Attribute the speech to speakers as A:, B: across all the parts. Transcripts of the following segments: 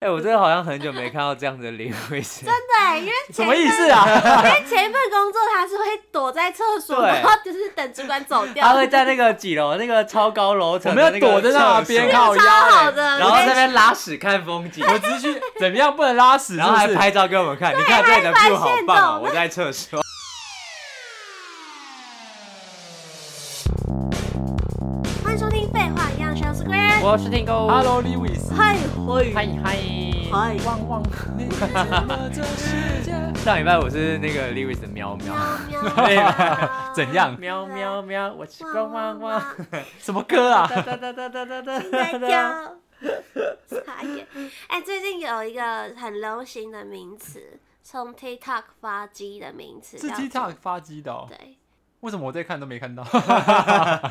A: 哎、我真的好像很久没看到这样子的林慧贤，
B: 对，因为
C: 什
B: 前
C: 么
B: 一
C: 意
B: 份
C: 思啊？
B: 因为前一份工作他是会躲在厕所，
A: 对
B: 然后就是等主管走掉，
A: 他会在那个几楼那个超高楼
C: 我
A: 层
C: 们
A: 的
C: 要
A: 那个
C: 躲在那
A: 厕所
C: 边
B: 超
C: 靠
B: 好
C: 腰，
B: 的，
A: 然后在那
B: 我跟你
A: 边拉屎看风景，
C: 我只去怎么样不能拉屎，
A: 然后还
C: 是不是
A: 拍照给我们看，你看这里的
B: 还
A: view 好
B: 现
A: 棒哦！
B: 动
A: 我在厕所。
B: 欢迎收听废话营养学 Square，
D: 我是听狗，
C: Hello Lewis，
B: 嗨
D: 嗨
B: 嗨
D: 嗨，
B: 嗨，
C: 汪汪，你怎么这世界？
A: 上礼拜我是那个 Lewis 的喵喵，
B: 喵
C: 哎
B: 喵喵，
C: 怎样？
D: 喵喵喵，我是
B: 汪
D: 公
B: 汪
D: 汪
B: 汪
D: 汪，，
C: 什么歌啊？
D: 哒哒哒哒哒哒哒
B: 在
D: 哒哒，
B: 叫。傻眼！哎，最近有一个很流行的名词，从 TikTok 发迹的名词，
C: 是
B: 叫
C: TikTok 发机的、哦，
B: 对，
C: 为什么我在看都没看到？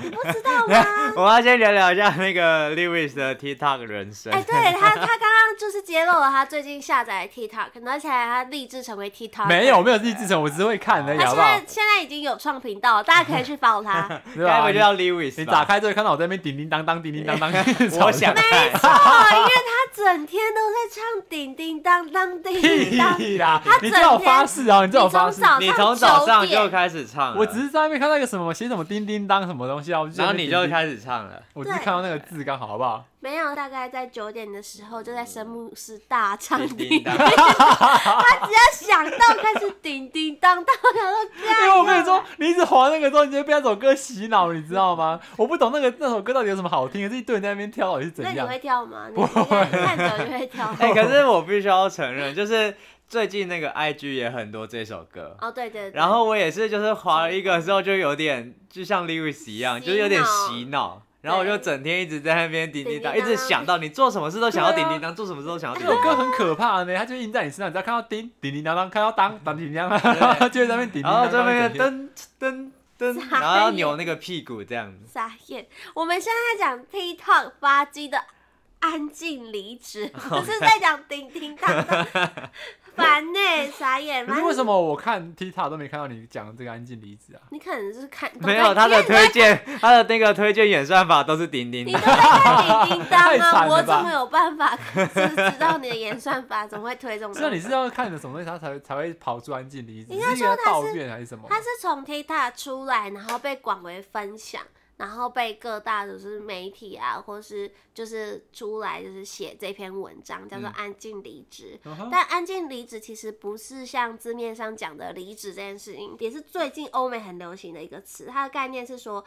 B: 你不知道吗？
A: 我们要先聊聊一下那个 Lewis 的 TikTok 人生
B: 哎、。对他，他刚刚就是揭露了他最近下载 TikTok，而且他立志成为 TikTok。
C: 没有，没有励志成，我只会看而已，
B: 啊他现
C: 好不好
B: 在？现在已经有创频道了，大家可以去 follow 他。
C: 对
A: 该不
C: 吧？
A: 会就
C: 你
A: 叫 Lewis
C: 你打
A: 吧？
C: 开就会看到我在那边叮叮当当、叮叮当当。
A: 我想看，
B: 哦，因为他整天都在唱叮叮当当叮叮 当。
C: 屁啦
B: 他！
C: 你
B: 整
C: 最好
B: 天
C: 发誓啊！你最好
B: 你
C: 发
B: 从
C: 誓。
B: 早
A: 你从早
B: 上
A: 上
B: 九
A: 就
B: 点，
A: 开始唱了，
C: 我只是在那边看那个什么写什么叮叮当什么东西啊，我就在
A: 然后
C: 那边
A: 你
C: 叮
A: 就
C: 叮，
A: 开始唱了。
C: 我只是看到那个字刚好，好不好？
B: 没有，大概在九点的时候就在神木室大唱
A: 嗯叮叮
B: 叮
A: 当
B: 当。，他只 要想到开始叮叮当当，我想说，
C: 因为我跟你说，你一直滑那个之后，你就被那首歌洗脑，你知道吗？我不懂那个那首歌到底有什么好听的，是一堆人在那边跳到底是
B: 那
C: 怎
B: 你
C: 样
B: 会？跳吗？你你看看久就会跳。
A: 哎、可是
C: 哦
A: 我必须要承认，就是最近那个 IG 也很多这首歌。
B: 哦，对对对。
A: 然后我也是，就是划了一个之后，就有点就像 Lewis 一样，
B: 洗
A: 就是有点
B: 脑
A: 洗脑。然后我就整天一直在那边叮叮当，
B: 叮
A: 一
B: 叮当
A: 直想到你做什么事都想要
C: 对啊
A: 叮叮当，做什么事都想要
C: 这
A: 叮
C: 首
A: 叮
C: 歌
A: 当。
C: 很可怕呢，它就印在你身上，你只要看到叮叮叮当当，看到当当叮当，然后就会在那边叮叮
A: 然后
C: 当
A: 这
C: 当一
A: 边
C: 整天。
A: 噔噔噔，
B: 傻眼
A: 然后要扭那个屁股这样子。
B: 傻眼！我们现在在讲 TikTok 发机的安静离职，
C: 哦
B: 不是在讲叮叮当当， 烦呢、傻眼。
C: 可是为什？么我看 TikTok 都没看到你讲这个安静离子啊？
B: 你可能就是看
A: 没有他的，推荐，他的那个推荐演算法都是叮叮
B: 你
A: 当
B: 都。在看叮叮当
C: 太惨了
B: 啊！
C: 吧
B: 我怎么有办法知知道你的演算法怎么会推这 种东西？
C: 虽然你是要看的什么东西，它才会才会跑出安静离子，
B: 应该
C: 是一
B: 说
C: 个
B: 它
C: 抱
B: 是
C: 怨还是什么？
B: 它是从 TikTok 出来，然后被广为分享，然后被各大就是媒体啊，或是就是出来就是写这篇文章，叫做
A: 嗯
B: 《安静离职》
C: 嗯哼
B: 但安静离职其实不是像字面上讲的离职这件事情，也是最近欧美很流行的一个词。它的概念是说，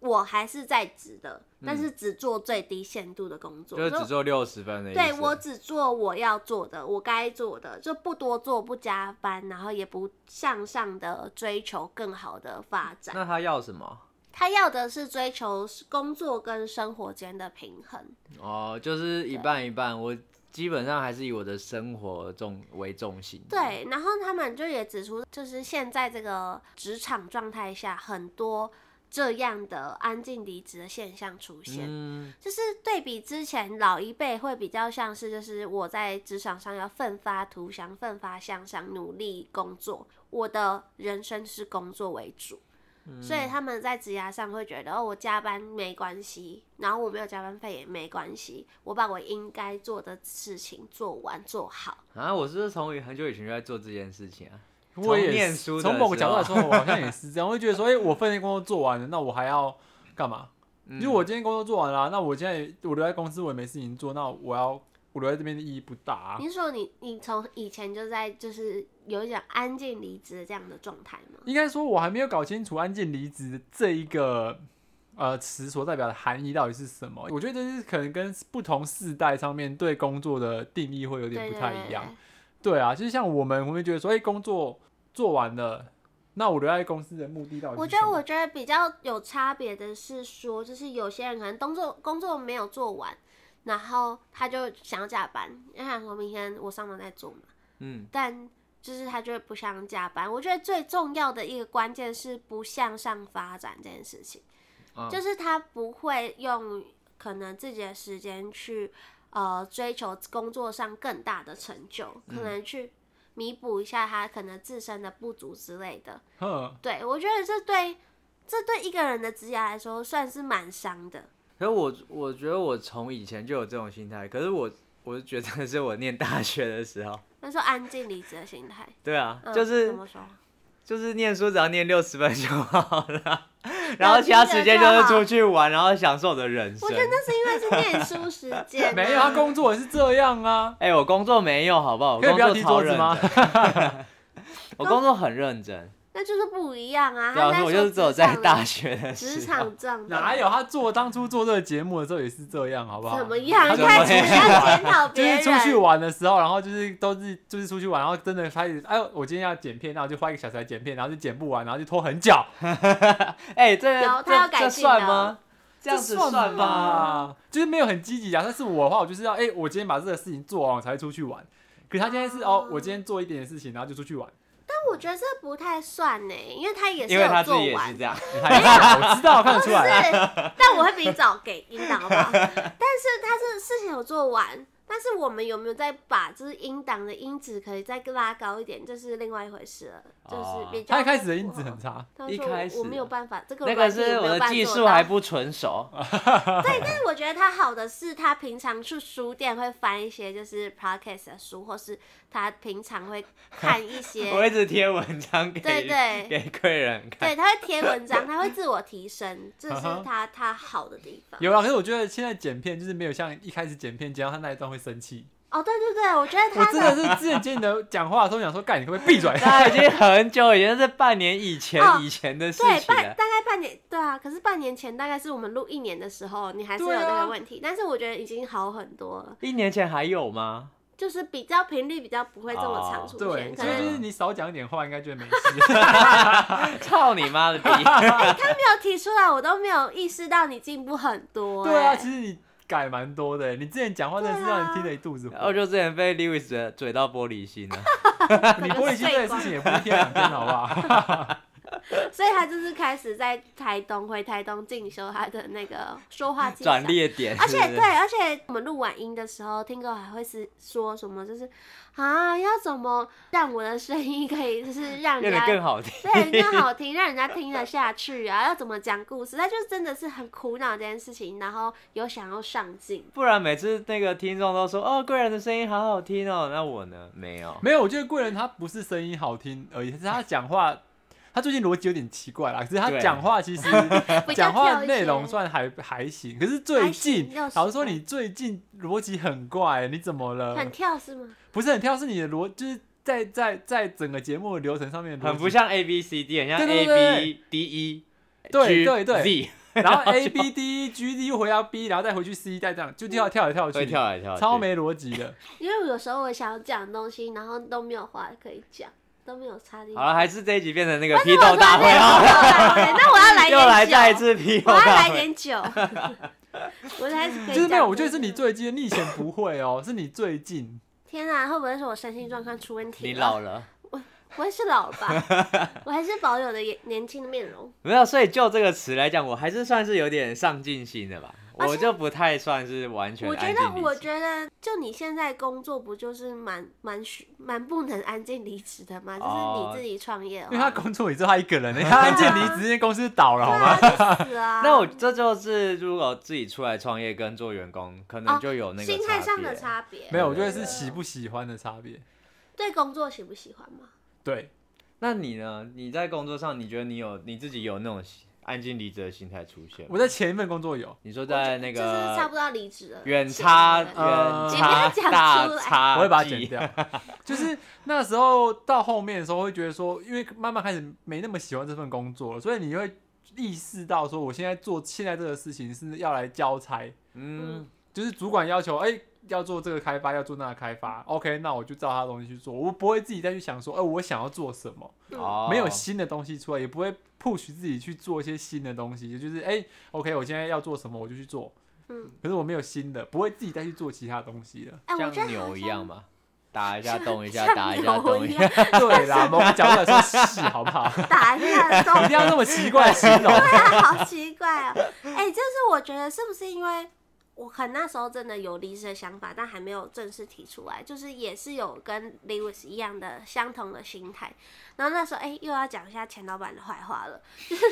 B: 我还是在职的，但是只做最低限度的工作，
A: 就是
B: 就
A: 只做六十分的意思。
B: 对我只做我要做的，我该做的，就不多做，不加班，然后也不向上的追求更好的发展。
A: 那他要什么？
B: 他要的是追求工作跟生活间的平衡。
A: 哦，就是一半一半。我基本上还是以我的生活重为重心。，
B: 对，然后他们就也指出，就是现在这个职场状态下，很多这样的安静离职的现象出现。
A: 嗯，
B: 就是对比之前老一辈会比较像是，就是我在职场上要奋发图强、奋发向上、努力工作，我的人生是工作为主，
C: 嗯
B: 所以他们在职涯上会觉得哦，我加班没关系，然后我没有加班费也没关系，我把我应该做的事情做完做好。
A: 啊，我是不是从很久以前就在做这件事情啊。
C: 我也
A: 从念
C: 是
A: 书的
C: 从某个角度来
A: 时
C: 说，我好像也是这样，我会觉得说，哎、我分内工作做完了，那我还要干嘛？
A: 嗯
B: 嗯
C: 因为我今天工作做完了啊、那我现在我留在公司我也没事情做，那我要我留在这边的意义不大、啊。
B: 你是说你你从以前就在就是有一种安静离职的这样的状态吗？
C: 应该说，我还没有搞清楚“安静离职”这一个呃词所代表的含义到底是什么。我觉得这是可能跟不同世代上面对工作的定义会有点
B: 对
C: 不
B: 对
C: 太
B: 对
C: 一样。对啊，就是像我们，我们觉得说，哎、工作做完了，那我留在公司的目的到底
B: 我
C: 是
B: 觉
C: 什
B: 得，
C: 么？
B: 我觉得比较有差别的是说，就是有些人可能工作工作没有做完，然后他就想要加班，因为他想说明天我上班再做嘛。
A: 嗯，
B: 但就是他就会不想加班。我觉得最重要的一个关键是不向上发展这件事情，
A: 啊
C: 嗯
B: 就是他不会用可能自己的时间去呃追求工作上更大的成就，
C: 嗯
B: 可能去弥补一下他可能自身的不足之类的。
C: 哼，
B: 对，我觉得这对这对一个人的职业来说算是蛮伤的。
A: 可是我我觉得我从以前就有这种心态，可是我我就觉得是我念大学的时候，
B: 那时候安静离职的心态，
A: 对啊，
B: 嗯、
A: 就是
B: 怎么说？
A: 就是念书只要念六十分就好了， 然后其他时间就是出去玩，然后享受我的人生
B: 我觉。得那是因为是念书时间、啊，
C: 没有，他工作也是这样啊。
A: 哎、我工作没有好不好？我
C: 可以
A: 工
C: 不要
A: 作
C: 踢
A: 超
C: 桌
A: 认
C: 子吗
A: 真，？ 我工作很认真。
B: 那就是不一样啊。
A: 对啊，
B: 他
A: 所以我
B: 在说
A: 就是只有
B: 职场
A: 在大学的
B: 职
A: 时候。
B: 场上
C: 哪有他做当初做这个节目的时候也是这样，好不好？
B: 怎么样？
C: 他
A: 就
B: 开始
A: 是
B: 要 检讨
C: 就
B: 别
C: 是
A: 啊
B: 人，
C: 出去玩的时候，然后就是都是就是出去玩，然后真的开始，哎，我今天要剪片，那我就花一个小时来剪片，然后就剪不完，然后就拖很久，
A: 哎、这
B: 有他
A: 这
B: 要改
A: 这
B: 进
A: 算
B: 的
A: 吗？这样子算吗？
C: 吧？就是没有很积极啊。但是我的话，我就是要，哎、我今天把这个事情做完，我才会出去玩。可是他今天是哦，我今天做一点点事情，然后就出去 玩。
B: 但我觉得这不太算呢，因为他也是
A: 因为他
B: 有
A: 自己
B: 做
A: 也是
B: 完。
A: 这样，
C: 你看，我知道，我看得出来。
A: 啊
B: 是，但我会比你早给引导 吧。但是他是事情有做完，但是我们有没有再把就是音档的音质可以再拉高一点，这是另外一回事了，
A: 哦
B: 就是比较。
C: 他一开始的音质很差，
B: 他
A: 一
B: 说
A: 开
B: 我
A: 始
B: 我没有办法，这个
A: 那个
B: 软体
A: 是
B: 没
A: 我
B: 有
A: 的
B: 办法
A: 技
B: 做
A: 术还
B: 到
A: 不纯熟。
B: 对，但是我觉得他好的是，他平常去书店会翻一些就是 podcast 的书，或是他平常会看一 些，
A: 我一直贴文章给
B: 对对
A: 给贵人看。
B: 对，他会贴文章，他会自我提升， 这
C: 嗯
B: 是
C: 哼
B: 他他好的地方。
C: 有啊。可是我觉得现在剪片就是没有像一开始剪片，剪到他那一段会生气。
B: 哦，对对对，我觉得
C: 我
B: 他
C: 真的是之前接你的讲话的时候想说，干，你可不可以 闭嘴？
A: 那已经很久以前，是半年以前
B: 哦
A: 以前的事
B: 对
A: 情
B: 半
A: 了。
B: 大概半年，对啊，可是半年前大概是我们录一年的时候，你还是有
C: 对
B: 这
C: 啊
B: 个问题，但是我觉得已经好很多了，
A: 一年前还有吗？
B: 就是比较频率比较不会这么常
A: 哦
B: 出现，
C: 对，
B: 可
C: 所以
B: 能
C: 就是你少讲一点话，应该就会没事。
A: 操你妈的 逼！
B: 他没有提出来，我都没有意识到你进步很多、
C: 对啊，
B: 哎
C: 其实你改蛮多的欸，你之前讲话真的是
B: 对啊
C: 让人听了一肚子火。
A: 然后哦就之前被 Lewis 嘴嘴到玻璃 心了。
C: 你玻璃心这件事情也不是天两天，好不好？
B: 所以他就是开始在台东回台东进修他的那个说话技巧。
A: 转裂点，
B: 而且
A: 是不是
B: 对，而且我们录完音的时候，听哥还会是说什么，就是啊，要怎么让我的声音可以就是让人
A: 变得
B: 家
A: 更好听。
B: 对更好听，让人家听得下去啊，要怎么讲故事，他就真的是很苦恼这件事情，然后有想要上进。
A: 不然每次那个听众都说哦，贵人的声音好好听哦，那我呢没有。
C: 没有，我觉得贵人他不是声音好听而已，是他讲话，他最近逻辑有点奇怪啦。可是他
A: 对
C: 讲话其实
B: 比较
C: 讲话
B: 跳一些
C: 内容算还还行，可是最
B: 还行60
C: 近
B: 分
C: 老实说，你最近逻辑很怪，你怎么
A: 嗯
C: 了？
B: 很跳是吗？
C: 不是很跳，是你的逻就是。在在在整个节目的流程上面的逻辑，
A: 很不像 A B C D，很像
C: 对
A: A
C: 对对
A: B D E，
C: 对对对
A: Z
C: 然 后 A B D E G D 又回到 B，然后再回去 C，再这样就跳来跳来跳
A: 会
C: 去，
A: 跳来跳去，
C: 超没逻辑的。
B: 因为有时候我想讲的东西，然后都没有话可以讲，都没有插进去。
A: 好了，还是这一集变成那个批
B: 那我
A: 斗大
B: 突
A: 会
B: 然
A: 啊！
B: 间想到了那我要 来
A: 又来
B: 点
A: 再一
B: 酒，
A: 次批
B: 我
A: 斗
B: 要
A: 大
B: 来
A: 会。
B: 点酒，我才可以
C: 就是没有，
B: 讲
C: 我觉得
B: 这
C: 是你
B: 个
C: 最近，你以前不会哦，是你最 近。
B: 天啊，会不会是我身心状况出问题？
A: 你老，了，
B: 我也是老了 吧？我还是保有的也年轻的面容。
A: 没有，所以就这个词来讲，我还是算是有点上进心的吧，
B: 而且
A: 我就不太算是完全
B: 啊我觉
A: 安
B: 得，
A: 静
B: 我
A: 离职。
B: 觉得，就你现在工作不就是蛮蛮需蛮不能安静离职的吗？就是
A: 哦
B: 你自己创业的
C: 因为
B: 话，
C: 他工作也就他一 个人，他安静离职，因为公司倒了，好吗？
B: 对啊，就死啊！
A: 那我这就是如果自己出来创业跟做员工，可能就有那个
B: 啊心态上的
A: 别
B: 差别，
C: 没有，我觉得
B: 啊
C: 是喜不喜欢的差别。
B: 对工作喜不喜欢吗？
C: 对，
A: 那你呢？你在工作上，你觉得你有你自己有那种安静离职的心态出现吗？
C: 我在前一份工作有，
A: 你说在那
B: 就是差
A: 个
B: 不多要离职了，
A: 远差
B: 前面
C: 呃
A: 远
B: 你不
A: 差
B: 要讲出来
A: 大差，
C: 我会把它剪。掉。 就是那时候到后面的时候，会觉得说，因为慢慢开始没那么喜欢这份工作了，所以你会意识到说，我现在做现在这个事情是要来交差，
A: 嗯，
C: 就是主管要求，哎、要做这个开发，要做那个开发，OK，那我就照他的东西去做，我不会自己再去想说，哎、我想要做什么。
B: 嗯
A: 哦，
C: 没有新的东西出来，也不会 push 自己去做一些新的东西，就是哎、o k 我现在要做什么我就去做，
B: 嗯，
C: 可是我没有新的，不会自己再去做其他东西了。
B: 哎，我觉
A: 像
B: 得好
A: 牛一
B: 像
A: 样嘛，打一下动一下，
B: 像
A: 打一下
B: 牛
A: 动
B: 一
A: 一下。
C: 对啦，某个角度来说是，好不好？
B: 打一下动
C: 一定要那么奇怪的形容。
B: 啊， 好奇怪哦！哎、就是我觉得是不是因为我可能那时候真的有离职的想法，但还没有正式提出来，就是也是有跟 Lewis 一样的相同的心态。然后那时候，哎、又要讲一下前老板的坏 话了，就是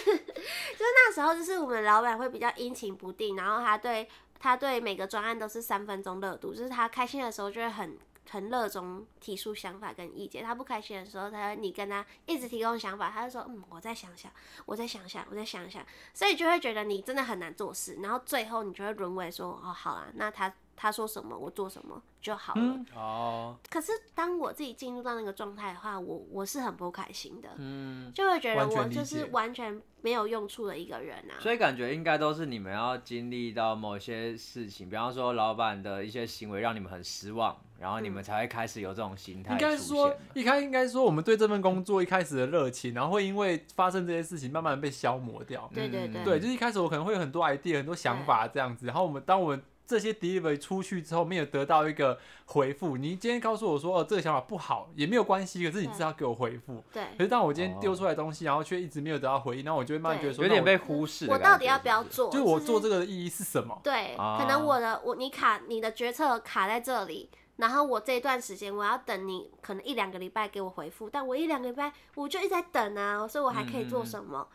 B: 那时候就是我们老板会比较阴晴不定，然后他对他对每个专案都是三分钟热度，就是他开心的时候就会很很热衷提出想法跟意见，他不开心的时候，他你跟他一直提供想法，他就说嗯，我再想想，我再想想，我再想想，所以就会觉得你真的很难做事，然后最后你就会沦为说哦，好啦，那他他说什么我做什么就好了。
A: 嗯
C: 哦，
B: 可是当我自己进入到那个状态的话，我我是很不开心的，
A: 嗯，
B: 就会觉得
C: 完全
B: 我
C: 理
B: 就是
C: 解
B: 完全没有用处的一个人啊。
A: 所以感觉应该都是你们要经历到某些事情，比方说老板的一些行为让你们很失望，然
B: 嗯
A: 后你们才会开始有这种心态
C: 应
A: 出现
C: 该说
A: 嘛。
C: 一开应该说我们对这份工作一开始的热情，然后会因为发生这些事情慢慢被消磨掉。
B: 对对
A: 嗯
B: 对，
C: 对，就是一开始我可能会有很多 idea、很多想法这样子，然后我们当我们这些 delivery 出去之后，没有得到一个回复，你今天告诉我说哦这个想法不好也没有关系，可是你
B: 对
C: 至少给我回复。
B: 对
C: 可是当我今天
A: 哦
C: 丢出来的东西，然后却一直没有得到回应，那我就会慢慢觉得说，
A: 有点
C: 那我
A: 被忽视的
B: 我
A: 感觉。
B: 到底要不要
A: 是是
B: 做？
C: 就是我做
B: 是
C: 这个的意义是什么？
B: 对，
A: 啊
B: 可能我的我你卡你的决策卡在这里，然后我这一段时间我要等你，可能一两个礼拜给我回复，但我一两个礼拜我就一直在等啊，所以我还可以做什么？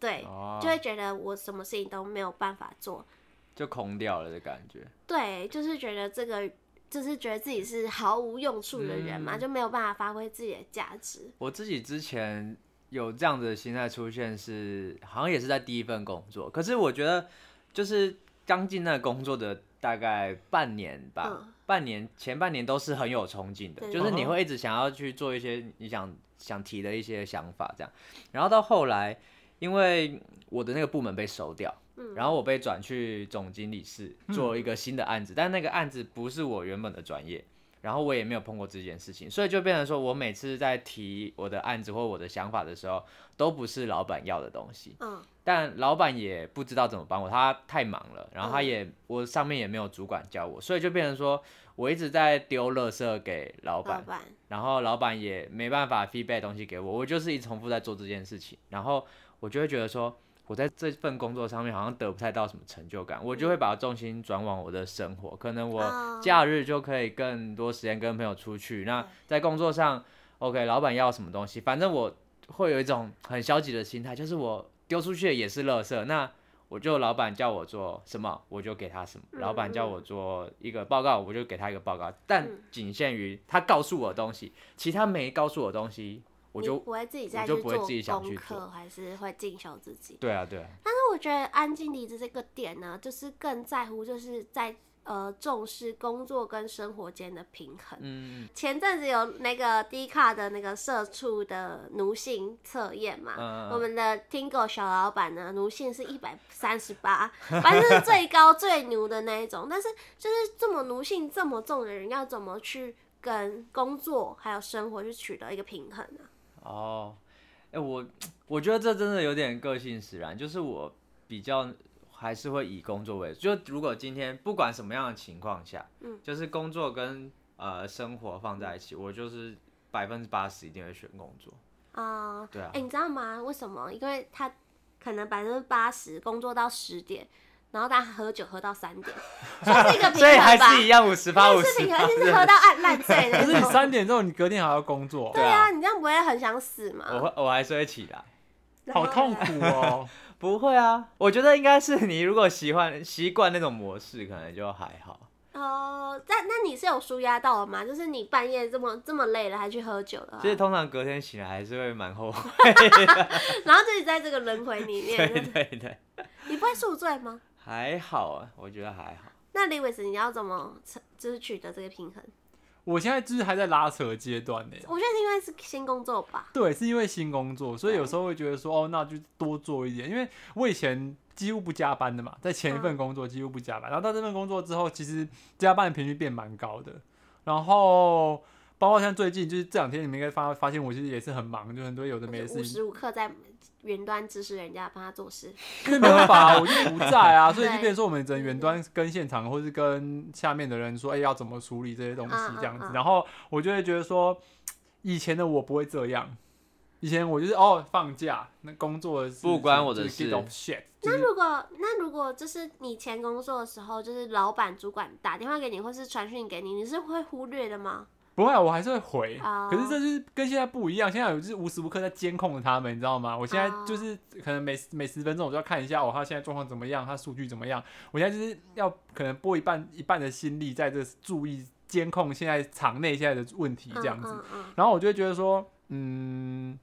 B: 对，
A: 嗯哦
B: 就会觉得我什么事情都没有办法做，
A: 就空掉了的感觉。
B: 对，就是觉得这个就是觉得自己是毫无用处的人嘛，就
A: 嗯
B: 没有办法发挥自己的价值。
A: 我自己之前有这样子的心态出现是，好像也是在第一份工作，可是我觉得就是刚进那个工作的大概半年吧，
B: 嗯
A: 半年前半年都是很有冲劲的，
B: 对嗯
A: 就是你会一直想要去做一些你想想提的一些想法这样，然后到后来，因为我的那个部门被收掉。
B: 嗯
A: 然后我被转去总经理室做一个新的案子，但那个案子不是我原本的专业，然后我也没有碰过这件事情，所以就变成说我每次在提我的案子或我的想法的时候，都不是老板要的东西，
B: 嗯，
A: 但老板也不知道怎么帮我，他太忙了，然后他
B: 嗯
A: 也、我上面也没有主管教我，所以就变成说我一直在丢垃圾给老
B: 老
A: 板，
B: 板，
A: 然后老板也没办法 feedback 东西给我，我就是一直重复在做这件事情，然后我就会觉得说，我在这份工作上面好像得不太到什么成就感，我就会把重心转往我的生活，可能
B: 哦
A: 我假日就可以更多时间跟朋友出去，那在工作上，OK，老板要什么东西，反正我会有一种很消极的心态，就是我丢出去的也是垃圾，那。我就老板叫我做什么，我就给他什么；
B: 嗯
A: 老板叫我做一个报告，我就给他一个报告，但
B: 嗯
A: 仅限于他告诉我的东西，其他没告诉我的东西，我
B: 你
A: 就
B: 不会自己
A: 我
B: 再
A: 就
B: 去
A: 不会
B: 做
A: 自己想去
B: 功
A: 做
B: 课，还是会进修自己。
A: 对啊对啊，
B: 但是我觉得安静离职这个点呢，就是更在乎就是在呃重视工作跟生活间的平衡。
A: 嗯
B: 前阵子有那个 D 卡的那个社畜的奴性测验嘛，
A: 嗯嗯嗯
B: 我们的 Tingo 小老板呢，奴性是一百三十八，反正是最高最牛的那一种。但是就是这么奴性这么重的人，要怎么去跟工作还有生活去取得一个平衡呢、
A: 哦，哎、我我觉得这真的有点个性使然，就是我比较还是会以工作为主，就如果今天不管什么样的情况下，
B: 嗯，
A: 就是工作跟呃生活放在一起，我就是百分之八十一定会选工作，
B: 啊？
A: 对啊
B: 哎、，你知道吗？为什么？因为他可能百分之八十工作到十点，然后他喝酒喝到三点，算是一个平
A: 所以还
B: 衡吧。
A: 是一样五啊十八五
B: 是
A: 十
B: 平衡，而且是喝到烂 烂醉
C: 可
B: 的
C: 是你
B: 那种。
C: 三点之后，你隔天还要工作，
A: 对
B: 对
A: 啊
B: 啊，你这样不会很想死吗？
A: 我会我还是会起来。
B: 然后
C: 好痛苦哦。
A: 不会啊，我觉得应该是你如果喜欢习惯那种模式，可能就还好。
B: 哦，那那你是有舒压到的吗？就是你半夜这么这么累了还去喝酒的话
A: 其，实通常隔天醒来还是会蛮后悔
B: 然后就是在这个轮 回里面，
A: 对对对，
B: 你不会宿醉吗？
A: 还好啊，我觉得还好。
B: 那李伟斯，你要怎么成就是取得这个平衡？
C: 我现在就是还在拉扯阶段呢。
B: 我觉得是因为是新工作吧，
C: 对，是因为新工作，所以有时候会觉得说，哦，那就多做一点。因为我以前几乎不加班的嘛，在前一份工作几乎不加班，然后到这份工作之后，其实加班的频率变蛮高的。然后包括像最近，就是这两天你们应该发发现，我其实也是很忙，就很多有的没的
B: 无
C: 事情，
B: 时无刻在云端支持人家帮他做事。
C: 因为没办法，我就不在啊，所以就
B: 对
C: 变成说我们只能远端跟现场，或是跟下面的人说，哎、要怎么处理这些东西这样子
B: 嗯嗯。嗯
C: 然后我就会觉得说，以前的我不会这样，以前我就是哦放假，那工作的事
A: 不关我的
C: 就是 get
A: 事
C: off shit，就
B: 那
C: 是
B: 如果那如果就是你前工作的时候，就是老板主管打电话给你，或是传讯给你，你是会忽略的吗？
C: 不会、啊，我还是会回。
B: 哦
C: 可是这就是跟现在不一样，现在有就是无时无刻在监控着他们，你知道吗？我现在
B: 哦
C: 就是可能每每十分钟我就要看一下哦，他现在状况怎么样，他数据怎么样。我现在就是要可能拨一半一半的心力在这注意监控现在场内现在的问题这样子。
B: 嗯嗯
C: 然后我就会觉得说，嗯，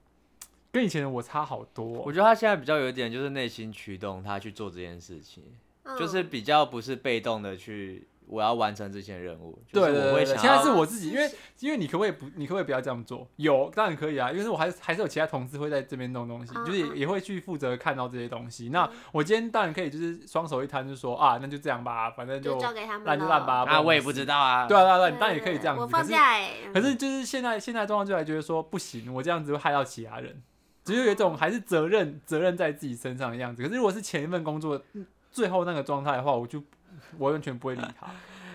C: 跟以前的我差好多哦、
A: 我觉得他现在比较有一点就是内心驱动他去做这件事情，
B: 嗯
A: 就是比较不是被动的去我要完成这些任务，就
C: 对
A: 是
C: 对
A: 我
C: 对
A: 会
C: 对，
A: 想
C: 现
A: 要
C: 在是我自己，因为因为你可不可以不，你可不可以不要这样做？有，当然可以啊，因为是我还是还是有其他同事会在这边弄东西，
B: 嗯
C: 就是也
B: 嗯
C: 也会去负责看到这些东西。那我今天当然可以就是双手一摊，就说啊，那就这样吧，反正
B: 就交给他们
C: 烂就
B: 咯
C: 烂吧。
A: 啊，
C: 然
A: 我也不知
C: 是。
A: 道啊，
C: 对啊对啊对
B: 对
C: 啊，你当然也可以
B: 对
C: 这样
B: 我
C: 子，可
B: 放
C: 是
B: 假哎，
C: 可是就是现在现在状况就来觉得说不行，我这样子会害到其他人，只是有一种还是责任责任在自己身上的样子。可是如果是前一份工作
B: 嗯
C: 最后那个状态的话，我就我完全不会理他，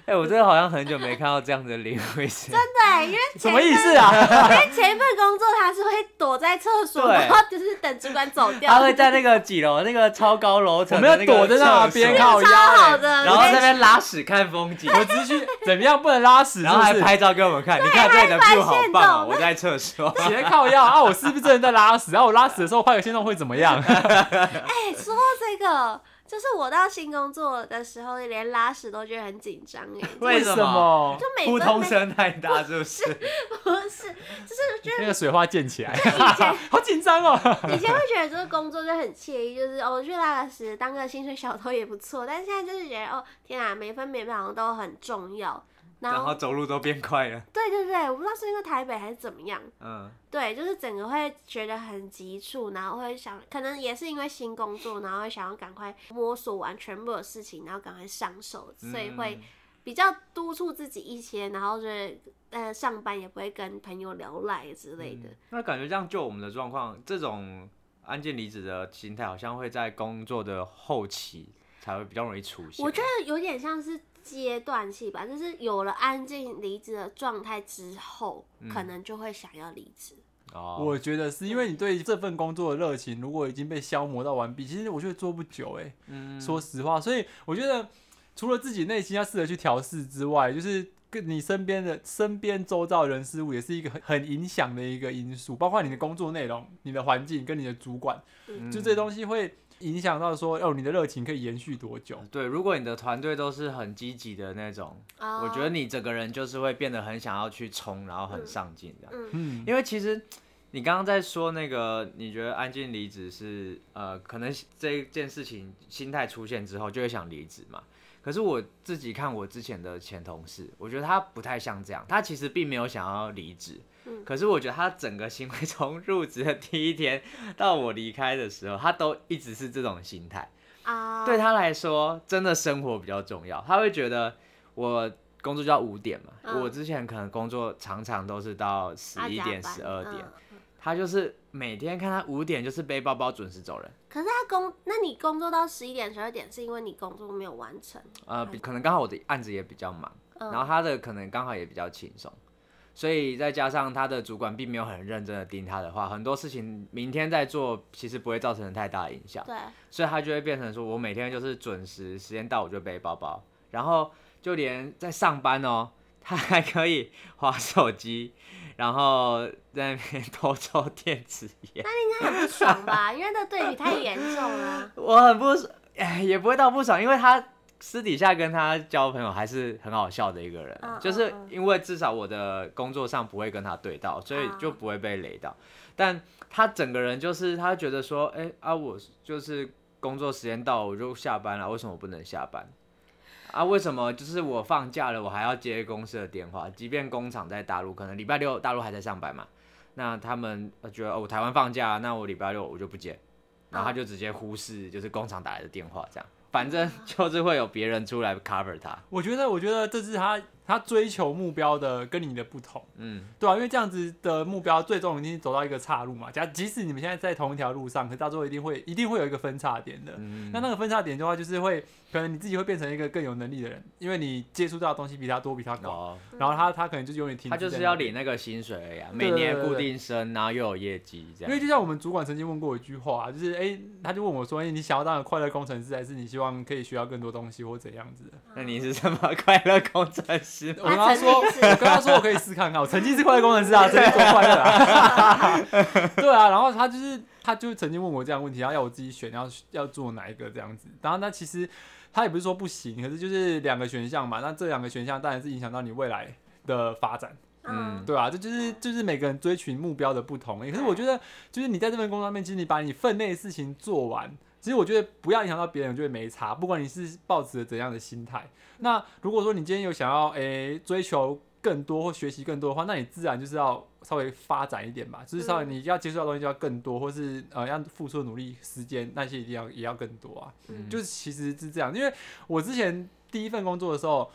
A: 哎、我真的好像很久没看到这样子的李慧贤，
B: 对，欸因为
C: 什
B: 前
C: 么意
B: 一份
C: 思啊？
B: 因为前一份工作他是会躲在厕所，
A: 对
B: 然后就是等主管走掉，
A: 他会在那个几楼那个超高楼
C: 我
A: 层
C: 没
A: 的
C: 有
A: 那个
C: 躲在那
A: 厕所
C: 边
B: 那
C: 靠
B: 个超
C: 腰
B: 好
C: 欸，
B: 的，
A: 然后在那
B: 我跟你
A: 边拉屎看风景，
C: 我只是 怎么样不能拉屎，是
A: 然后还
C: 不是？
A: 拍照给我们看，你看这里的 view 好
B: 限
A: 棒哦，
B: 动
A: 我在厕所。
C: 斜靠腰啊！我是不是真的在拉屎？啊，我拉屎的时候拍个线动会怎么样？
B: 哎说到这个，就是我到新工作的时候，连拉屎都觉得很紧张哎，
A: 为
C: 什
A: 什
C: 么？
B: 就 每
A: 扑
B: 分
A: 通
B: 每
A: 声太大是不是？
B: 不是，就是觉
C: 那个水花溅起来，
B: 得以前
C: 好紧张哦！
B: 以前会觉得这个工作就很惬意，就是哦去拉个屎当个薪水小偷也不错，但现在就是觉得哦天啊，每分每秒好像都很重要。然
A: 然
B: 后
A: 后走路都变快了，
B: 对对对，我不知道是因为台北还是怎么样，
A: 嗯，
B: 对，就是整个会觉得很急促，然后会想，可能也是因为新工作，然后会想要赶快摸索完全部的事情，然后赶快上手，所以
A: 嗯
B: 会比较督促自己一些，然后就是呃上班也不会跟朋友聊赖之类的。
A: 那感觉这样，就我们的状况，这种案件离职的心态，好像会在工作的后期才会比较容易出现。
B: 我觉得有点像是阶段性吧，就是有了安静离职的状态之后，
A: 嗯
B: 可能就会想要离职。
A: 得，哦，
C: 我觉得是因为你对这份工作的热情，如果已经被消磨到完毕，其实我觉得做不久哎、
A: 嗯
C: 说实话，所以我觉得除了自己内心要试着去调试之外，就是跟你身边的身边周遭的人事物也是一个很很影响的一个因素，包括你的工作内容、你的环境跟你的主管，
A: 嗯
C: 就这些东西会影响到说哦，你的热情可以延续多久。
A: 对，如果你的团队都是很积极的那种，
B: 啊
A: 我觉得，你整个人就是会变得很想要去冲，然后很上进这样。
B: 嗯，
C: 嗯，
A: 因为其实你刚刚在说那个，你觉得安静离职是呃，可能这件事情心态出现之后就会想离职嘛。可是我自己看我之前的前同事，我觉得他不太像这样，他其实并没有想要离职。
B: 嗯
A: 可是我觉得他整个行为从入职的第一天到我离开的时候，他都一直是这种心态。
B: 啊，
A: 对，他来说，真的生活比较重要。他会觉得我工作就到五点嘛，
B: 嗯
A: 我之前可能工作常常都是到十
B: 啊
A: 一点、十二
B: 嗯
A: 点，他就是每天看他五点就是背包包准时走人。
B: 可是他工，那你工作到十一点、十二点，是因为你工作没有完成。
A: 呃，比可能刚好我的案子也比较忙，
B: 嗯
A: 然后他的可能刚好也比较轻松，所以再加上他的主管并没有很认真的盯他的话，很多事情明天再做，其实不会造成太大的影响。
B: 对，
A: 所以他就会变成说，我每天就是准时，时间到我就背包包，然后就连在上班哦， 他还可以划手机，然后在那边偷抽电子 烟。
B: 应该很不爽吧？因为那对比太严重 了。
A: 我很不爽，哎，也不会到不爽，因为他私底下跟他交朋友还是很好笑的一个人，
B: 嗯
A: 就是
B: 嗯嗯
A: 因为至少我的工作上不会跟他对到，所以
B: 啊
A: 就不会被雷到。但他整个人就是他觉得说，哎、啊，我就是工作时间到我就下班了，为什么我不能下班？啊，为什么就是我放假了，我还要接公司的电话？即便工厂在大陆，可能礼拜六大陆还在上班嘛，那他们呃觉得哦，我台湾放假，那我礼拜六我就不接，然后他就直接忽视就是工厂打来的电话，这样，反正
C: 嗯
A: 就是会有别人出来 cover 他，
C: 我觉得，我觉得这是他他追求目标的跟你的不同，
A: 嗯，
C: 对啊，因为这样子的目标最终一定走到一个岔路嘛。假即使你们现在在同一条路上，可到最后一
A: 嗯
C: 定会一定会有一个分叉点的。那那个分叉点的话，就是会可能你自己会变成一个更有能力的人，因为你接触到的东西比他多，比他广，
A: 哦，
C: 然后他他可能就永远停滞
A: 他
C: 在那
A: 就
C: 边。
A: 是要领那个薪水而已、啊，
C: 对
A: 每
C: 对
A: 年
C: 对
A: 固
C: 对
A: 定升，然后又有业绩这
C: 因为
A: 样，
C: 就像我们主管曾经问过我一句话、就是哎、诶他就问我说，哎、你想要当个快乐工程师，还是你希望可以学到更多东西或怎样子的？
A: 那你是什么 快乐工程师
C: 我
A: 吗？
C: 跟他说，
B: 他曾经是
C: 我跟他说我可以试看看，我曾经是快乐工程师啊，曾经多快乐啊， 对啊，然后他就是他就曾经问我这样的问题，然后要我自己选要要做哪一个这样子，然后那其实他也不是说不行，可是就是两个选项嘛，那这两个选项当然是影响到你未来的发展。
B: 嗯，
C: 对啊，这就是就是每个人追寻目标的不同。可是我觉得，就是你在这份工作上面，其实你把你分内的事情做完，其实我觉得不要影响到别人，我觉得没差。不管你是抱持着怎样的心态，那如果说你今天有想要诶、追求更多或学习更多的话，那你自然就是要稍微发展一点吧，就是稍微
B: 嗯
C: 你要接触到的东西就要更多，或是呃要付出的努力、时间那些一定要也要更多啊。
B: 嗯
C: 就是其实是这样，因为我之前第一份工作的时候。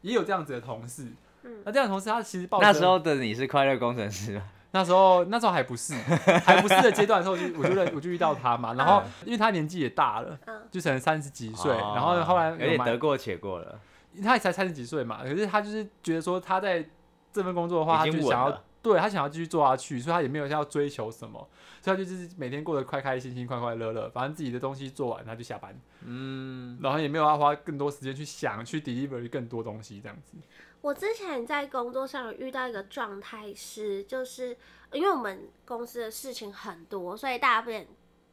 C: 也有这样子的同事，
B: 嗯
C: 那这样的同事他其实抱
A: 那
C: 着
A: 时候的你是快乐工程师吗？
C: 那时候那时候还 不是还不是的阶段的时候，我就我就认我就遇到他嘛，然后
A: 嗯
C: 因为他年纪也大了，
B: 嗯
C: 就可能三十几岁，
A: 哦
C: 然后后来
A: 有
C: 有
A: 点得
C: 买，
A: 过且过了，
C: 他也才三十几岁嘛，可是他就是觉得说他在这份工作的话，他
A: 已
C: 就
A: 经稳
C: 想要
A: 了。
C: 对他想要继续做下去，所以他也没有想要追求什么，所以他就是每天过得开开心心、快快乐乐，反正自己的东西做完他就下班，
A: 嗯，
C: 然后也没有要花更多时间去想去 deliver 更多东西这样子。
B: 我之前在工作上有遇到一个状态是，就是因为我们公司的事情很多，所以大便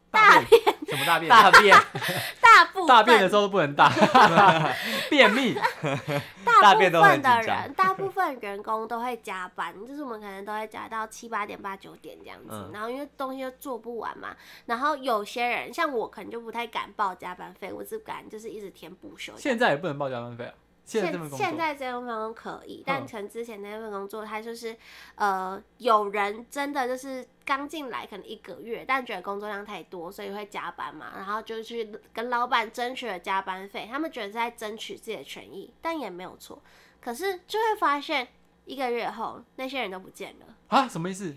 C: 大便什么大便？
A: 大便
B: 大部分
C: 大便的时候都不能大，便秘。
B: 大
A: 大
B: 部
A: 便都很
B: 分的
A: 紧张
B: 人，大部分员工都会加班，就是我们可能都会加到七八点、八九点这样子。
A: 嗯
B: 然后因为东西又做不完嘛，然后有些人像我，可能就不太敢报加班费，我只敢就是一直填补休假。
C: 现在也不能报加班费啊。现在这
B: 现
C: 份工作，
B: 现在这份工作可以，
C: 嗯
B: 但可能之前那份工作，他就是呃，有人真的就是刚进来可能一个月，但觉得工作量太多，所以会加班嘛，然后就去跟老板争取了加班费，他们觉得是在争取自己的权益，但也没有错。可是就会发现，一个月后那些人都不见了，
C: 啊，什么意思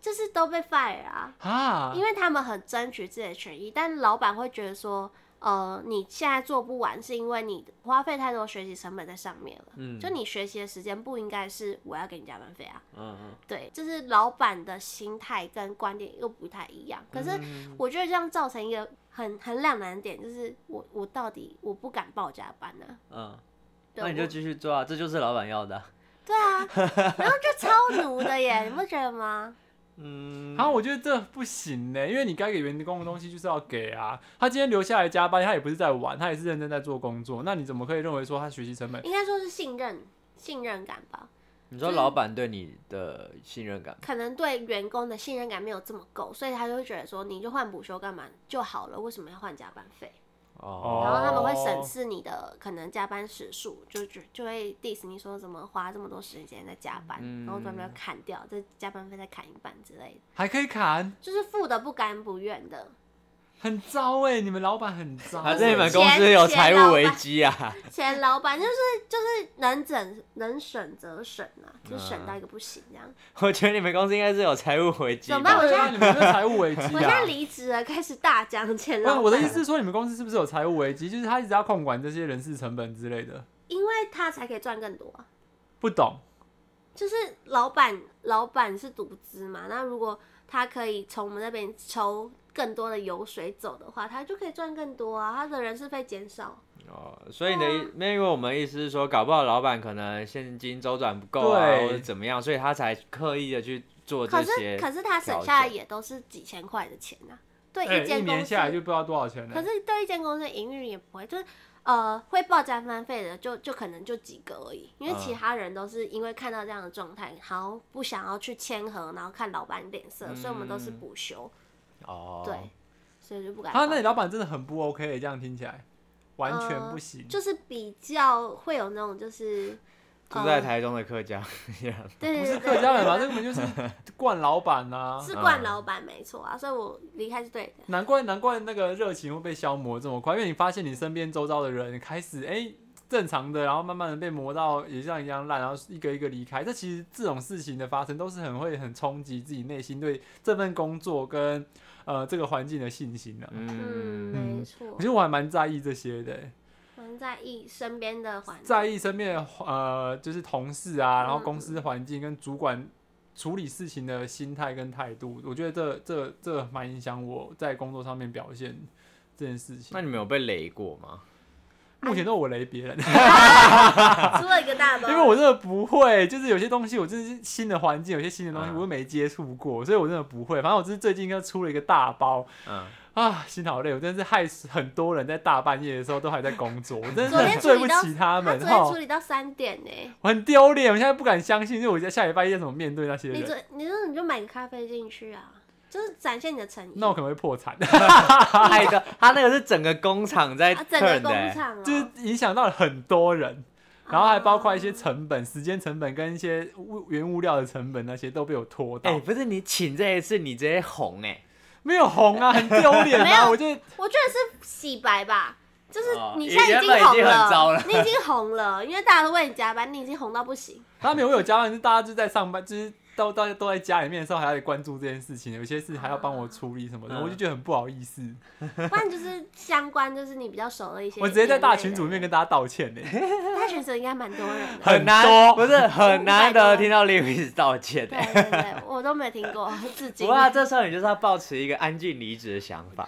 B: 就是都被 fire 啊。
C: 啊？
B: 因为他们很争取自己的权益，但老板会觉得说，呃，你现在做不完，是因为你花费太多学习成本在上面了。
A: 嗯
B: 就你学习的时间不应该是我要给你加班费啊。
A: 嗯嗯，
B: 对，就是老板的心态跟观点又不太一样。可是
A: 嗯
B: 我觉得这样造成一个很很两难的点，就是我我到底我不敢报加班呢、啊
A: 嗯，
B: 对
A: 那你就
B: 我
A: 继续做啊，这就是老板要的啊。
B: 对啊，然后就超奴的耶，你不觉得吗？
A: 嗯
C: 然，啊后我觉得这不行呢，因为你该给员工的东西就是要给啊。他今天留下来加班，他也不是在玩，他也是认真在做工作。那你怎么可以认为说他学习成本？
B: 应该说是信任信任感吧。
A: 你说老板对你的信任感，
B: 可能对员工的信任感没有这么够，所以他就会觉得说，你就换补休干嘛就好了，为什么要换加班费？
C: 哦
B: 然后他们会审视你的可能加班时数，就就就会 diss 你说怎么花这么多时间在加班，然后专
C: 嗯
B: 门砍掉，这加班费再砍一半之类的，
C: 还可以砍，
B: 就是付的不甘不愿的。
C: 很糟哎！你们老板很糟欸。
A: 还是你们公司有财务危机啊？
B: 前老板就是就是能整能省则省啊，就省到一个不行这样。
A: 我觉得你们公司应该是有财务危机
B: 怎么
A: 吧
B: 办？我
C: 对
B: 现
C: 啊，
B: 在
C: 你们是财务危机
B: 我现在
C: 啊。
B: 离职了，开始大讲前老
C: 不
B: 板。
C: 我的意思是说，你们公司是不是有财务危机？就是他一直要控管这些人事成本之类的。
B: 因为他才可以赚更多啊。
C: 不懂，
B: 就是老板，老板是独资嘛，那如果他可以从我们那边抽更多的油水走的话，他就可以赚更多啊，他的人事费减少。
A: 哦，所以你的意，
B: 啊
A: 那因为我们意思是说，搞不好老板可能现金周转不够啊，
C: 对
A: 或者怎么样，所以他才刻意的去做这
B: 可是
A: 些。
B: 可是他省下来也都是几千块的钱啊，对
C: 哎，
B: 一
C: 一
B: 间公
C: 年
B: 司，
C: 下来就不知道多少钱了欸
B: 可。是对一间公司的营运也不会，就是呃会报加班费的就就可能就几个而已，因为其
A: 嗯
B: 他人都是因为看到这样的状态，好不想要去签合，然后看老板脸色，所以我们都是
A: 嗯
B: 补休，
A: 哦，
B: 对，所以就不敢报。
C: 啊，那你老板真的很不 OK，这样听起来完全不行。
B: 就是比较会有那种 就是
A: 住
B: 嗯
A: 在台中的客家
B: 对
C: 不
B: 对对
C: 是客家人吧？那根本就是惯老板啊呐、
B: 是惯老板没错啊，所以我离开是对的。
C: 难怪难怪那个热情会被消磨这么快，因为你发现你身边周遭的人开始哎、正常的，然后慢慢的被磨到也像一样烂，然后一个一个离开。这其实这种事情的发生都是很会很冲击自己内心对这份工作跟呃这个环境的信心的、啊。
B: 嗯，
A: 嗯，
B: 没
C: 我
B: 错
C: 其，实我还蛮在意这些的、
B: 蛮在意身边的环境。
C: 在意身边的呃，就是同事啊，然后公司环境跟主管处理事情的心态跟态度，我觉得这这这蛮影响我在工作上面表现这件事情。
A: 那你们有被雷过吗？
C: 目
B: 哎
C: 前都我雷别人，
B: 嗯出了一个大包。
C: 因为我真的不会，就是有些东西我真的是新的环境，有些新的东西我又没接触过，所以我真的不会。反正我就是最近刚出了一个大包
A: 嗯，
C: 啊，心好累，我真的是害死很多人在大半夜的时候都还在工作，我真 的
B: 昨天
C: 很
B: 处
C: 对
B: 理
C: 不
B: 到
C: 起他
B: 他
C: 们
B: 昨
C: 哈
B: 天处，理到三点呢、
C: 我很丢脸，我现在不敢相信，因为我在下礼拜要怎么面对那些
B: 你
C: 人。
B: 昨你说你就买个咖啡进去啊，就是展现你的诚意。
C: 那我可能会破产，
B: 哦
A: 他一个他那个是整个工厂在
B: 啊，整个
A: turn 的、
B: 工
A: 欸，
B: 厂、哦
C: 就是影响到了很多人，
B: 哦
C: 然后还包括一些成本、时间成本跟一些物原物料的成本，那些都被我拖
A: 哎、
C: 到，
A: 不是你请这一次你直接红哎、
C: 没有红啊，很丢脸
B: 没有
C: 啊！我就
B: 我觉得是洗白吧，就是
A: 哦
B: 你现在已经
A: 原本已
B: 红
A: 经很糟
B: 了，
A: 了
B: 你已经红了，因为大家都为你加班，你已经红到不行。
C: 他没有有加班，就是大家就在上班，就是都大家都在家里面的时候还要得关注这件事情，有些事还要帮我处理什么的，
A: 嗯
C: 我就觉得很不好意思，
B: 不然就是相关，就是你比较熟的一些。
C: 我直接在大群组里面跟大家道歉呢。
B: 大群组应该蛮多人 的。
A: 很难
C: 很多
A: 不是 很难
B: 五百多
A: 得听到 Lewis 道歉哎、
B: 对对对，我都没听过，至
A: 不
B: 今。
A: 过啊，这时候你就是要抱持一个安静离职的想法，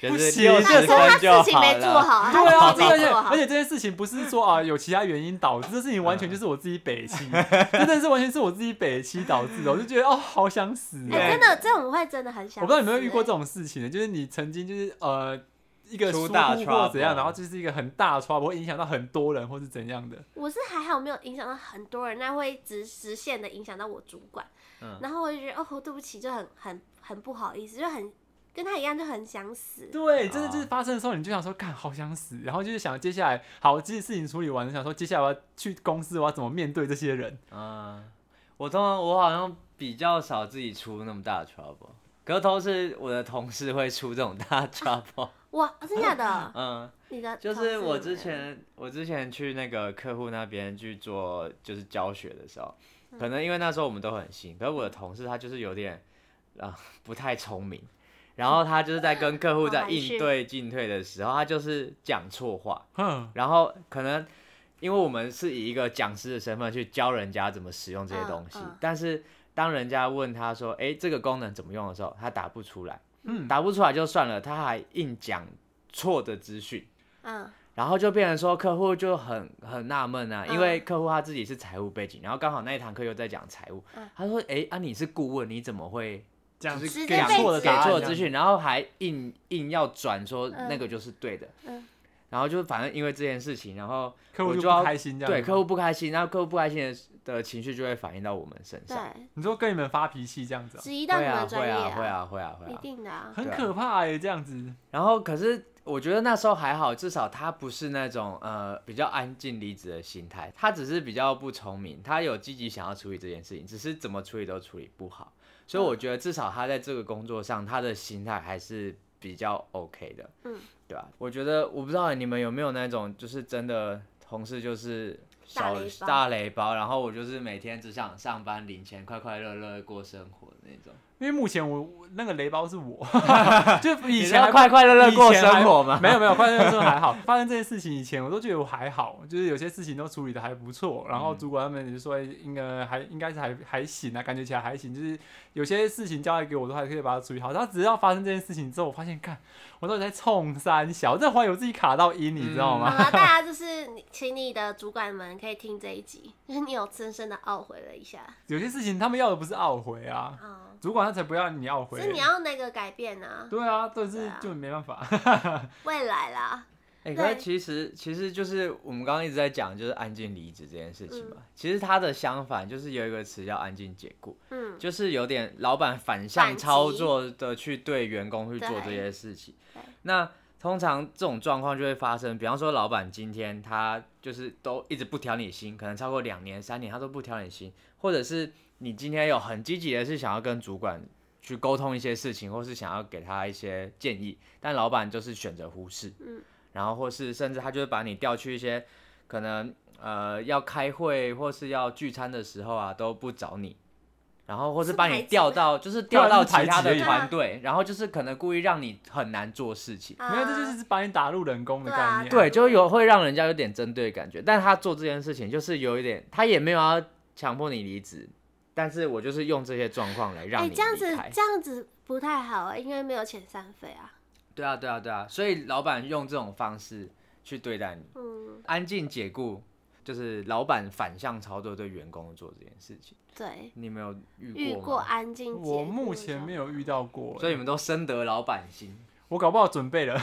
A: 就
C: 不
A: 是
C: 行
A: 六
B: 那
A: 十
B: 是哎他
A: 分就
B: 事情
A: 好
B: 没做
A: 了。
B: 好，
C: 对啊，
B: 他事情
C: 而
B: 没
C: 且
B: 做好
C: 而。且这件事情不是说啊有其他原因导致，这事情完全就是我自己北欺，这真的是完全是我自己北欺导致的，我就觉得哦好想死哦、
A: 对
B: 哎，真的，这种会真的很想死。
C: 我不知道你有没有遇过这种事情呢？就是你曾经就是呃一个
A: 出
C: 疏
A: 大
C: 忽或怎样，
A: trouble
C: 然后就是一个很大的 trouble，会影响到很多人或是怎样的。
B: 我是还好没有影响到很多人，那会直直线的影响到我主管，
A: 嗯
B: 然后我就觉得哦，对不起，就很很很不好意思，就很跟他一样，就很想死。
C: 对，真的就是发生的时候，你就想说，干好想死，然后就是想接下来好，这些事情处理完了，想说接下来我要去公司，我要怎么面对这些人？
A: 嗯，我通常我好像比较少自己出那么大的 trouble，可是都是我的同事会出这种大的 trouble。
B: 哇，真假 的？
A: 嗯，
B: 你的
A: 就
B: 同事
A: 是我
B: 有没有
A: 之前我之前去那个客户那边去做就是教学的时候，
B: 嗯
A: 可能因为那时候我们都很新，可是我的同事他就是有点啊、不太聪明，然后他就是在跟客户
B: 好
A: 在
B: 含蓄
A: 应对进退的时候，他就是讲错话，
C: 哼，
A: 然后可能因为我们是以一个讲师的身份去教人家怎么使用这些东西，
B: 嗯嗯
A: 但是当人家问他说：“诶，这个功能怎么用的时候”，他答不出来，
C: 嗯
A: 答不出来就算了，他还硬讲错的资讯。
B: 嗯
A: 然后就变成说，客户就很很纳闷啊，
B: 嗯
A: 因为客户他自己是财务背景，然后刚好那一堂课又在讲财务
B: 嗯，
A: 他说：“诶，啊你是顾问，你怎么会
C: 这样
A: 就是
B: 直接
C: 给
B: 被
C: 错的
B: 指
A: 给
C: 答案
A: 错
C: 这
A: 的
C: 样
A: 资讯，然后还硬硬要转说
B: 嗯
A: 那个就是对的，
B: 嗯
A: 然后就反正因为这件事情，然后
C: 客户
A: 我
C: 就
A: 就要
C: 不开心这样。
A: 对客户，不开心，然后客户不开心的的情绪就会反映到我们身上，
B: 对，
C: 你说跟你们发脾气这样子哦、
B: 质疑
A: 会
B: 到你
A: 啊
B: 的专
A: 会
B: 业
A: 啊会，啊会啊会
B: 一
A: 啊。
B: 定的啊。
C: 很
A: 对啊
C: 可怕哎、这样子。
A: 然后可是我觉得那时候还好，至少他不是那种呃比较安静离职的心态，他只是比较不聪明，他有积极想要处理这件事情，只是怎么处理都处理不好。所以
B: 嗯
A: 我觉得至少他在这个工作上，他的心态还是比较 OK 的。
B: 嗯，
A: 对啊，我觉得我不知道你们有没有那种，就是真的同事就是
B: 大
A: 小
B: 雷包
A: 大雷包，然后我就是每天只想上班领钱，快快乐乐地过生活的那种。
C: 因为目前我我那个雷包 是我，就以
A: 你
C: 前还
A: 要快快乐乐过生活
C: 吗？
A: 吗？
C: 没有没有，快乐的时候还好。发生这件事情以前，我都觉得我还好，就是有些事情都处理的还不错。然后
A: 嗯
C: 主管他们就说，哎应该还应该是还还行啊，感觉起来还行。就是有些事情交代给我，都还可以把它处理好。然后只要发生这件事情之后，我发现，看我到底在冲三小，我在怀疑我自己卡到音，你知道
B: 好
C: 吗？
B: 了，大家就是你请你的主管们可以听这一集，就是你有深深的懊悔了一下
C: 有些事情他们要的不是懊悔啊，
B: 啊，
C: 主管他才不要你懊悔。欸
B: 是你要那个改变啊，
C: 对啊，但是
B: 对啊
C: 就没办法。
B: 未来啦，
A: 哎、
B: 对
A: 可是其实其实就是我们刚刚一直在讲，就是安静离职这件事
B: 嗯
A: 情嘛。其实它的相反就是有一个词叫安静解雇，
B: 嗯，
A: 就是有点老板反
B: 反
A: 向
B: 击
A: 操作的去对员工去做这
B: 对
A: 些事情
B: 对。
A: 那通常这种状况就会发生，比方说老板今天他就是都一直不调你薪，可能超过两年三年他都不调你薪，或者是你今天有很积极的是想要跟主管去沟通一些事情，或是想要给他一些建议，但老板就是选择忽视，
B: 嗯，
A: 然后或是甚至他就会把你调去一些可能呃要开会或是要聚餐的时候啊都不找你，然后或是
B: 是
A: 把
B: 排
A: 你
B: 挤
A: 调
B: 吗
A: 到就是
C: 对啊
A: 调到
C: 就是排
A: 其他
C: 挤
A: 的
C: 而已
A: 团队，然后就是可能故意让你很难做事情。
B: 啊
C: 没有，这就是把你打入冷宫的
B: 对
C: 概
B: 啊
C: 念。
A: 对，就有会让人家有点针对的感觉，但他做这件事情就是有一点，他也没有要强迫你离职，但是我就是用这些状况来让
B: 哎，
A: 你
B: 这样
A: 离
B: 子
A: 开。
B: 这样子不欸太好啊，因为没有遣散费啊，
A: 对啊，对啊，对啊，所以老板用这种方式去对待你。
B: 嗯，
A: 安静解雇就是老板反向操作对员工做这件事情，
B: 对，
A: 你们有遇
B: 遇
A: 过吗？
B: 过安静解
C: 我目
B: 雇
C: 前
B: 的
C: 没有遇到过，欸
A: 所以你们都深得老板心。
C: 我搞不好准备了，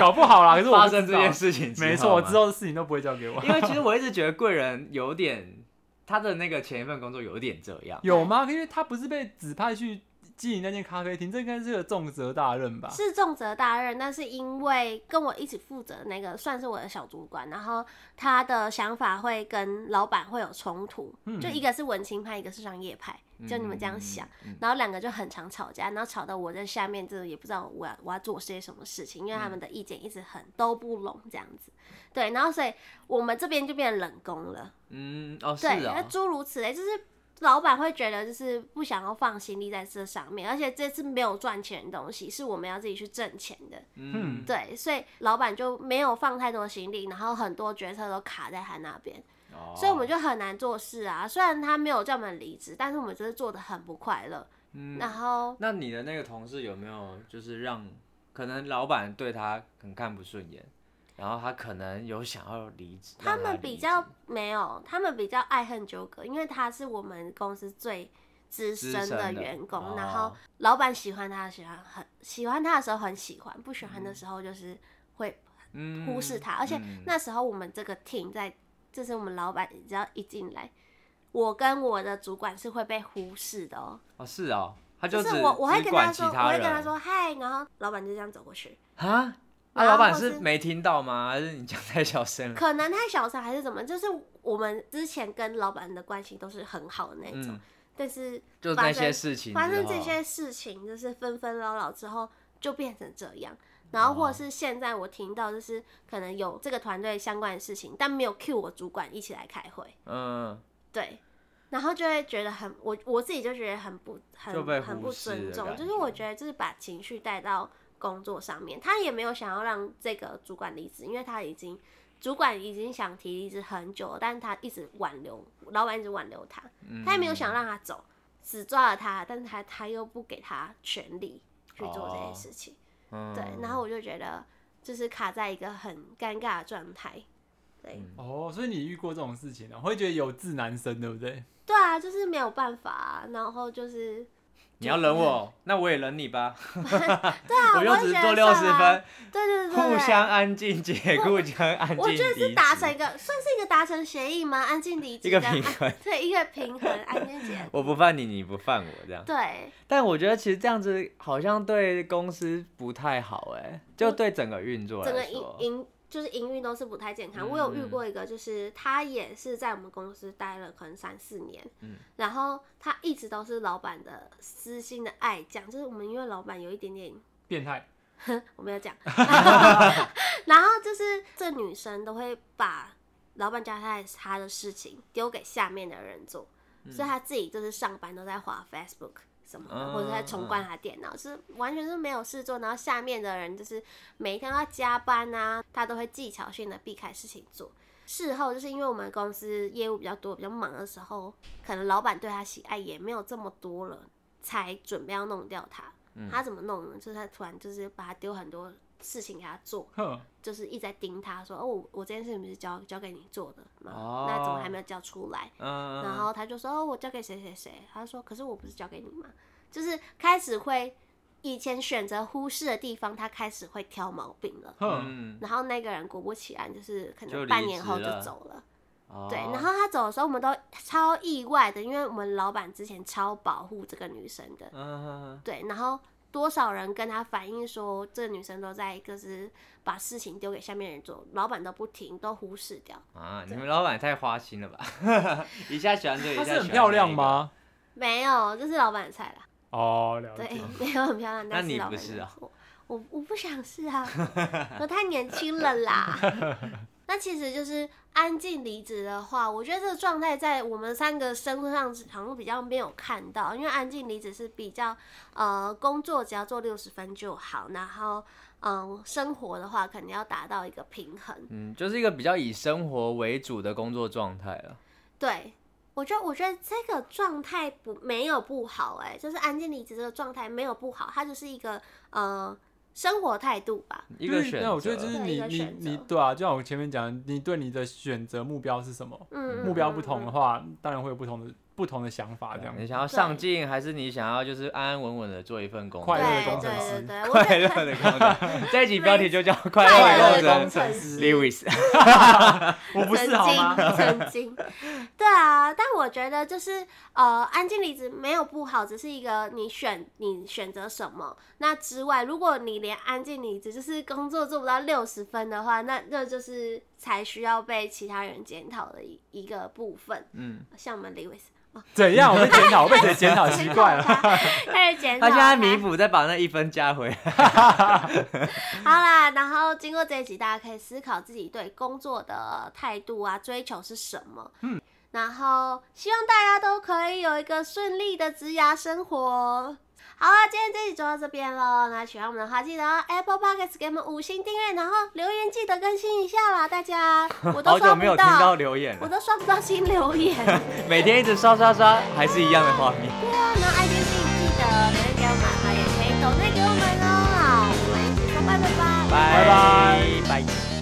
C: 搞不好啦。可是我
A: 发
C: 不知
A: 生这
C: 道
A: 件，事情，
C: 没错，我之。后的事情都不会交给我。
A: 因为其实我一直觉得贵人有点，他的那个前一份工作有点这样。
C: 有吗？因为他不是被指派去经营那间咖啡厅，这应该是个重责大任吧？
B: 是重责大任，但是因为跟我一起负责的那个算是我的小主管，然后他的想法会跟老板会有冲突，
C: 嗯
B: 就一个是文青派，一个是商业派，就你们这样想，
A: 嗯
B: 然后两个就很常吵架，然后吵到我在下面就也不知道我要我要做些什么事情，因为他们的
A: 嗯
B: 意见一直很都不拢这样子，对，然后所以我们这边就变冷宫了。
A: 嗯，哦，是
B: 对，那
A: 啊、
B: 诸如此类，就是老板会觉得就是不想要放心力在这上面，而且这次没有赚钱的东西，是我们要自己去挣钱的，
A: 嗯，
B: 对，所以老板就没有放太多心力，然后很多决策都卡在他那边，
A: 哦
B: 所以我们就很难做事啊。虽然他没有叫我们离职，但是我们就是做的很不快乐，
A: 嗯
B: 然后
A: 那你的那个同事有没有就是让可能老板对他很看不顺眼，然后他可能有想要离职？
B: 他
A: 让
B: 们
A: 离
B: 比
A: 职
B: 较没有，他们比较爱恨纠葛，因为他是我们公司最资
A: 资
B: 深
A: 深
B: 的
A: 的
B: 员工，
A: 哦
B: 然后老板喜欢他，喜欢很喜欢他的时候很喜欢，不喜欢的时候就是会
A: 嗯
B: 忽视他。而且
A: 嗯
B: 那时候我们这个 team 在，就是我们老板只要一进来，我跟我的主管是会被忽视的哦。
A: 哦是哦，他
B: 就
A: 只
B: 是我我会
A: 只
B: 跟
A: 管
B: 他
A: 其
B: 说，我会跟他
A: 人
B: 说嗨，然后老板就这样走过去，
A: 啊。那、
B: 然后
A: 老板
B: 或
A: 是
B: 是
A: 没听到吗？还是你讲太小声了？
B: 可能太小声还是怎么，就是我们之前跟老板的关系都是很好的那种。
A: 嗯，
B: 但是
A: 就是
B: 发
A: 那
B: 生
A: 些事情之后，
B: 发生这些事情，就是纷纷扰扰之后就变成这样。然后或者是现在我听到，就是可能有这个团队相关的事情，但没有 cue 我主管一起来开会，
A: 嗯，
B: 对，然后就会觉得很我我自己就觉得很不
A: 就
B: 很
A: 被
B: 很
A: 忽
B: 不
A: 视
B: 尊
A: 的
B: 重，
A: 感
B: 就是我觉得就是把情绪带到工作上面，他也没有想要让这个主管离职，因为他已经主管已经想提离职很久了，但是他一直挽留，老板一直挽留他，
A: 嗯
B: 他也没有想让他走，死抓了他，但是他他又不给他权利去做这件事情，
A: 哦嗯
B: 对，然后我就觉得就是卡在一个很尴尬的状态，对，
A: 嗯
C: 哦，所以你遇过这种事情呢、会觉得有志难伸，对不对？
B: 对啊，就是没有办法、啊，然后就是
A: 你要忍我，那我也忍你吧。
B: 对啊，
A: 就
B: 嗯我
A: 只
B: 也觉
A: 做
B: 得
A: 六十
B: 算啊
A: 分，，
B: 对对对对，
A: 互
B: 对
A: 相安静解雇，跟安静
B: 我觉得
A: 离
B: 是达
A: 职
B: 成一个算是一个达成协议吗？安静离职
A: 一个
B: 跟
A: 平
B: 安
A: 衡，
B: 对一个平衡，安静 解
A: 我不犯你，你不犯我这样。
B: 对。
A: 但我觉得其实这样子好像对公司不太好哎、就对整个运作
B: 嗯整个
A: 来
B: 营
A: 说，
B: 营就是营运都是不太健康。我有遇
A: 哦嗯
B: 过一个，就是他也是在我们公司待了可能三四年，
A: 嗯
B: 然后他一直都是老板的私心的爱将，就是我们因为老板有一点点。
C: 变态，
B: 我没有 讲， 然后就是这女生都会把老板交代她的事情丢给下面的人做，所以她自己就是上班都在滑 Facebook 什么的，
A: 嗯
B: 或者在重灌她电脑，是完全是没有事做。然后下面的人就是每一天都要加班啊，她都会技巧性的避开事情做。事后就是因为我们公司业务比较多、比较忙的时候，可能老板对她喜爱也没有这么多了，才准备要弄掉她。
A: 嗯
B: 他怎么弄呢？就是他突然就是把他丢很多事情给他做，
C: 哼，
B: 就是一直在盯他说：“哦，我我这件事情不是交交给你做的吗？
A: 哦
B: 那怎么还没有交出来？”
A: 嗯，
B: 然后他就说：“哦，我交给谁谁谁。”他说：“可是我不是交给你嘛。”就是开始会以前选择忽视的地方，他开始会挑毛病了。
C: 哼，
A: 嗯，
B: 然后那个人果不其然，就是可
A: 就
B: 能
A: 离
B: 半年后
A: 职
B: 就
A: 了
B: 走了。
A: 哦
B: 对，然后他走的时候，我们都超意外的，因为我们老板之前超保护这个女生的。
A: 嗯，
B: 对，然后多少人跟他反映说，这个女生都在就是把事情丢给下面人做，老板都不听，都忽视掉。
A: 啊，你们老板也太花心了吧， 一下喜欢这个，
C: 她
A: 一下
C: 是很
A: 喜欢
C: 漂亮
A: 那个？
C: 吗？
B: 没有，这是老板的菜啦。
C: 哦，了
B: 对
C: 解。，
B: 没有很漂亮，
A: 那
B: 但
A: 你
B: 是老
A: 不
B: 板
A: 是
B: 的
A: 啊
B: 菜我我我不想是啊，我太年轻了啦。 那其实就是安静离职的话，我觉得这个状态在我们三个身上好像比较没有看到，因为安静离职是比较呃工作只要做六十分就好，然后嗯、生活的话可能要达到一个平衡。
A: 嗯，就是一个比较以生活为主的工作状态了。
B: 对，我觉得我觉得这个状态欸不没有不好哎、就是安静离职这个状态没有不好，它就是一个呃生活态度吧。
A: 一个
C: 就是
A: 选
C: 那我觉得就
A: 择
C: 是
B: 对一
C: 你
B: 个
C: 你
B: 选
C: 你
B: 择
C: 对啊，就像我前面讲，你对你的选择目标是什么，
B: 嗯，
C: 目标
B: 嗯
C: 不同
B: 嗯
C: 的，话，当然会有不同的不同的想法这样。
A: 你想要上进，还是你想要就是安安稳稳的做一份工作？
C: 快乐的
B: 对
C: 工程
B: 对
C: 师
B: 对 对，我
A: 快乐
B: 觉得
A: 的工 程，这一集标题就叫快
B: 快
A: 乐
B: 乐
A: 工
B: 的
A: 程
B: 工
A: 师
B: 程师
A: Lewis。
C: 我不
B: 曾
C: 是好吗？
B: 经曾经，对啊，但我觉得就是呃，安静离职没有不好，只是一个你选你选择什么。那之外，如果你连安静离职就是工作做不到六十分的话，那那就是才需要被其他人检讨的一一个部分。
A: 嗯，
B: 像我们 Lewis
C: 怎样？我被检讨，我被谁检
A: 啊
C: 讨？奇怪了。
B: 他，开始检讨
A: 他现在
B: 啊他
A: 弥补，再把那一分加回来。
B: 好啦，然后经过这一集，大家可以思考自己对工作的态度啊，追求是什么。嗯，然后希望大家都可以有一个顺利的职涯生活哦。好啦，今天这集就到这边喽。那喜欢我们的话，记得要 Apple Podcast 给我们五星订阅，然后留言记得更新一下啦，大家。我都
A: 好久
B: 刷
A: 没有
B: 不
A: 听到
B: 到，
A: 留言
B: 我
A: 了，
B: 都刷不到新留言。
A: 每天一直刷刷刷，还是一样的画面。
B: 然后 IG 信记得留言给我们，然后也可以抖内给我们哦。好，我们一起说拜拜吧。
A: 拜
C: 拜
A: 拜。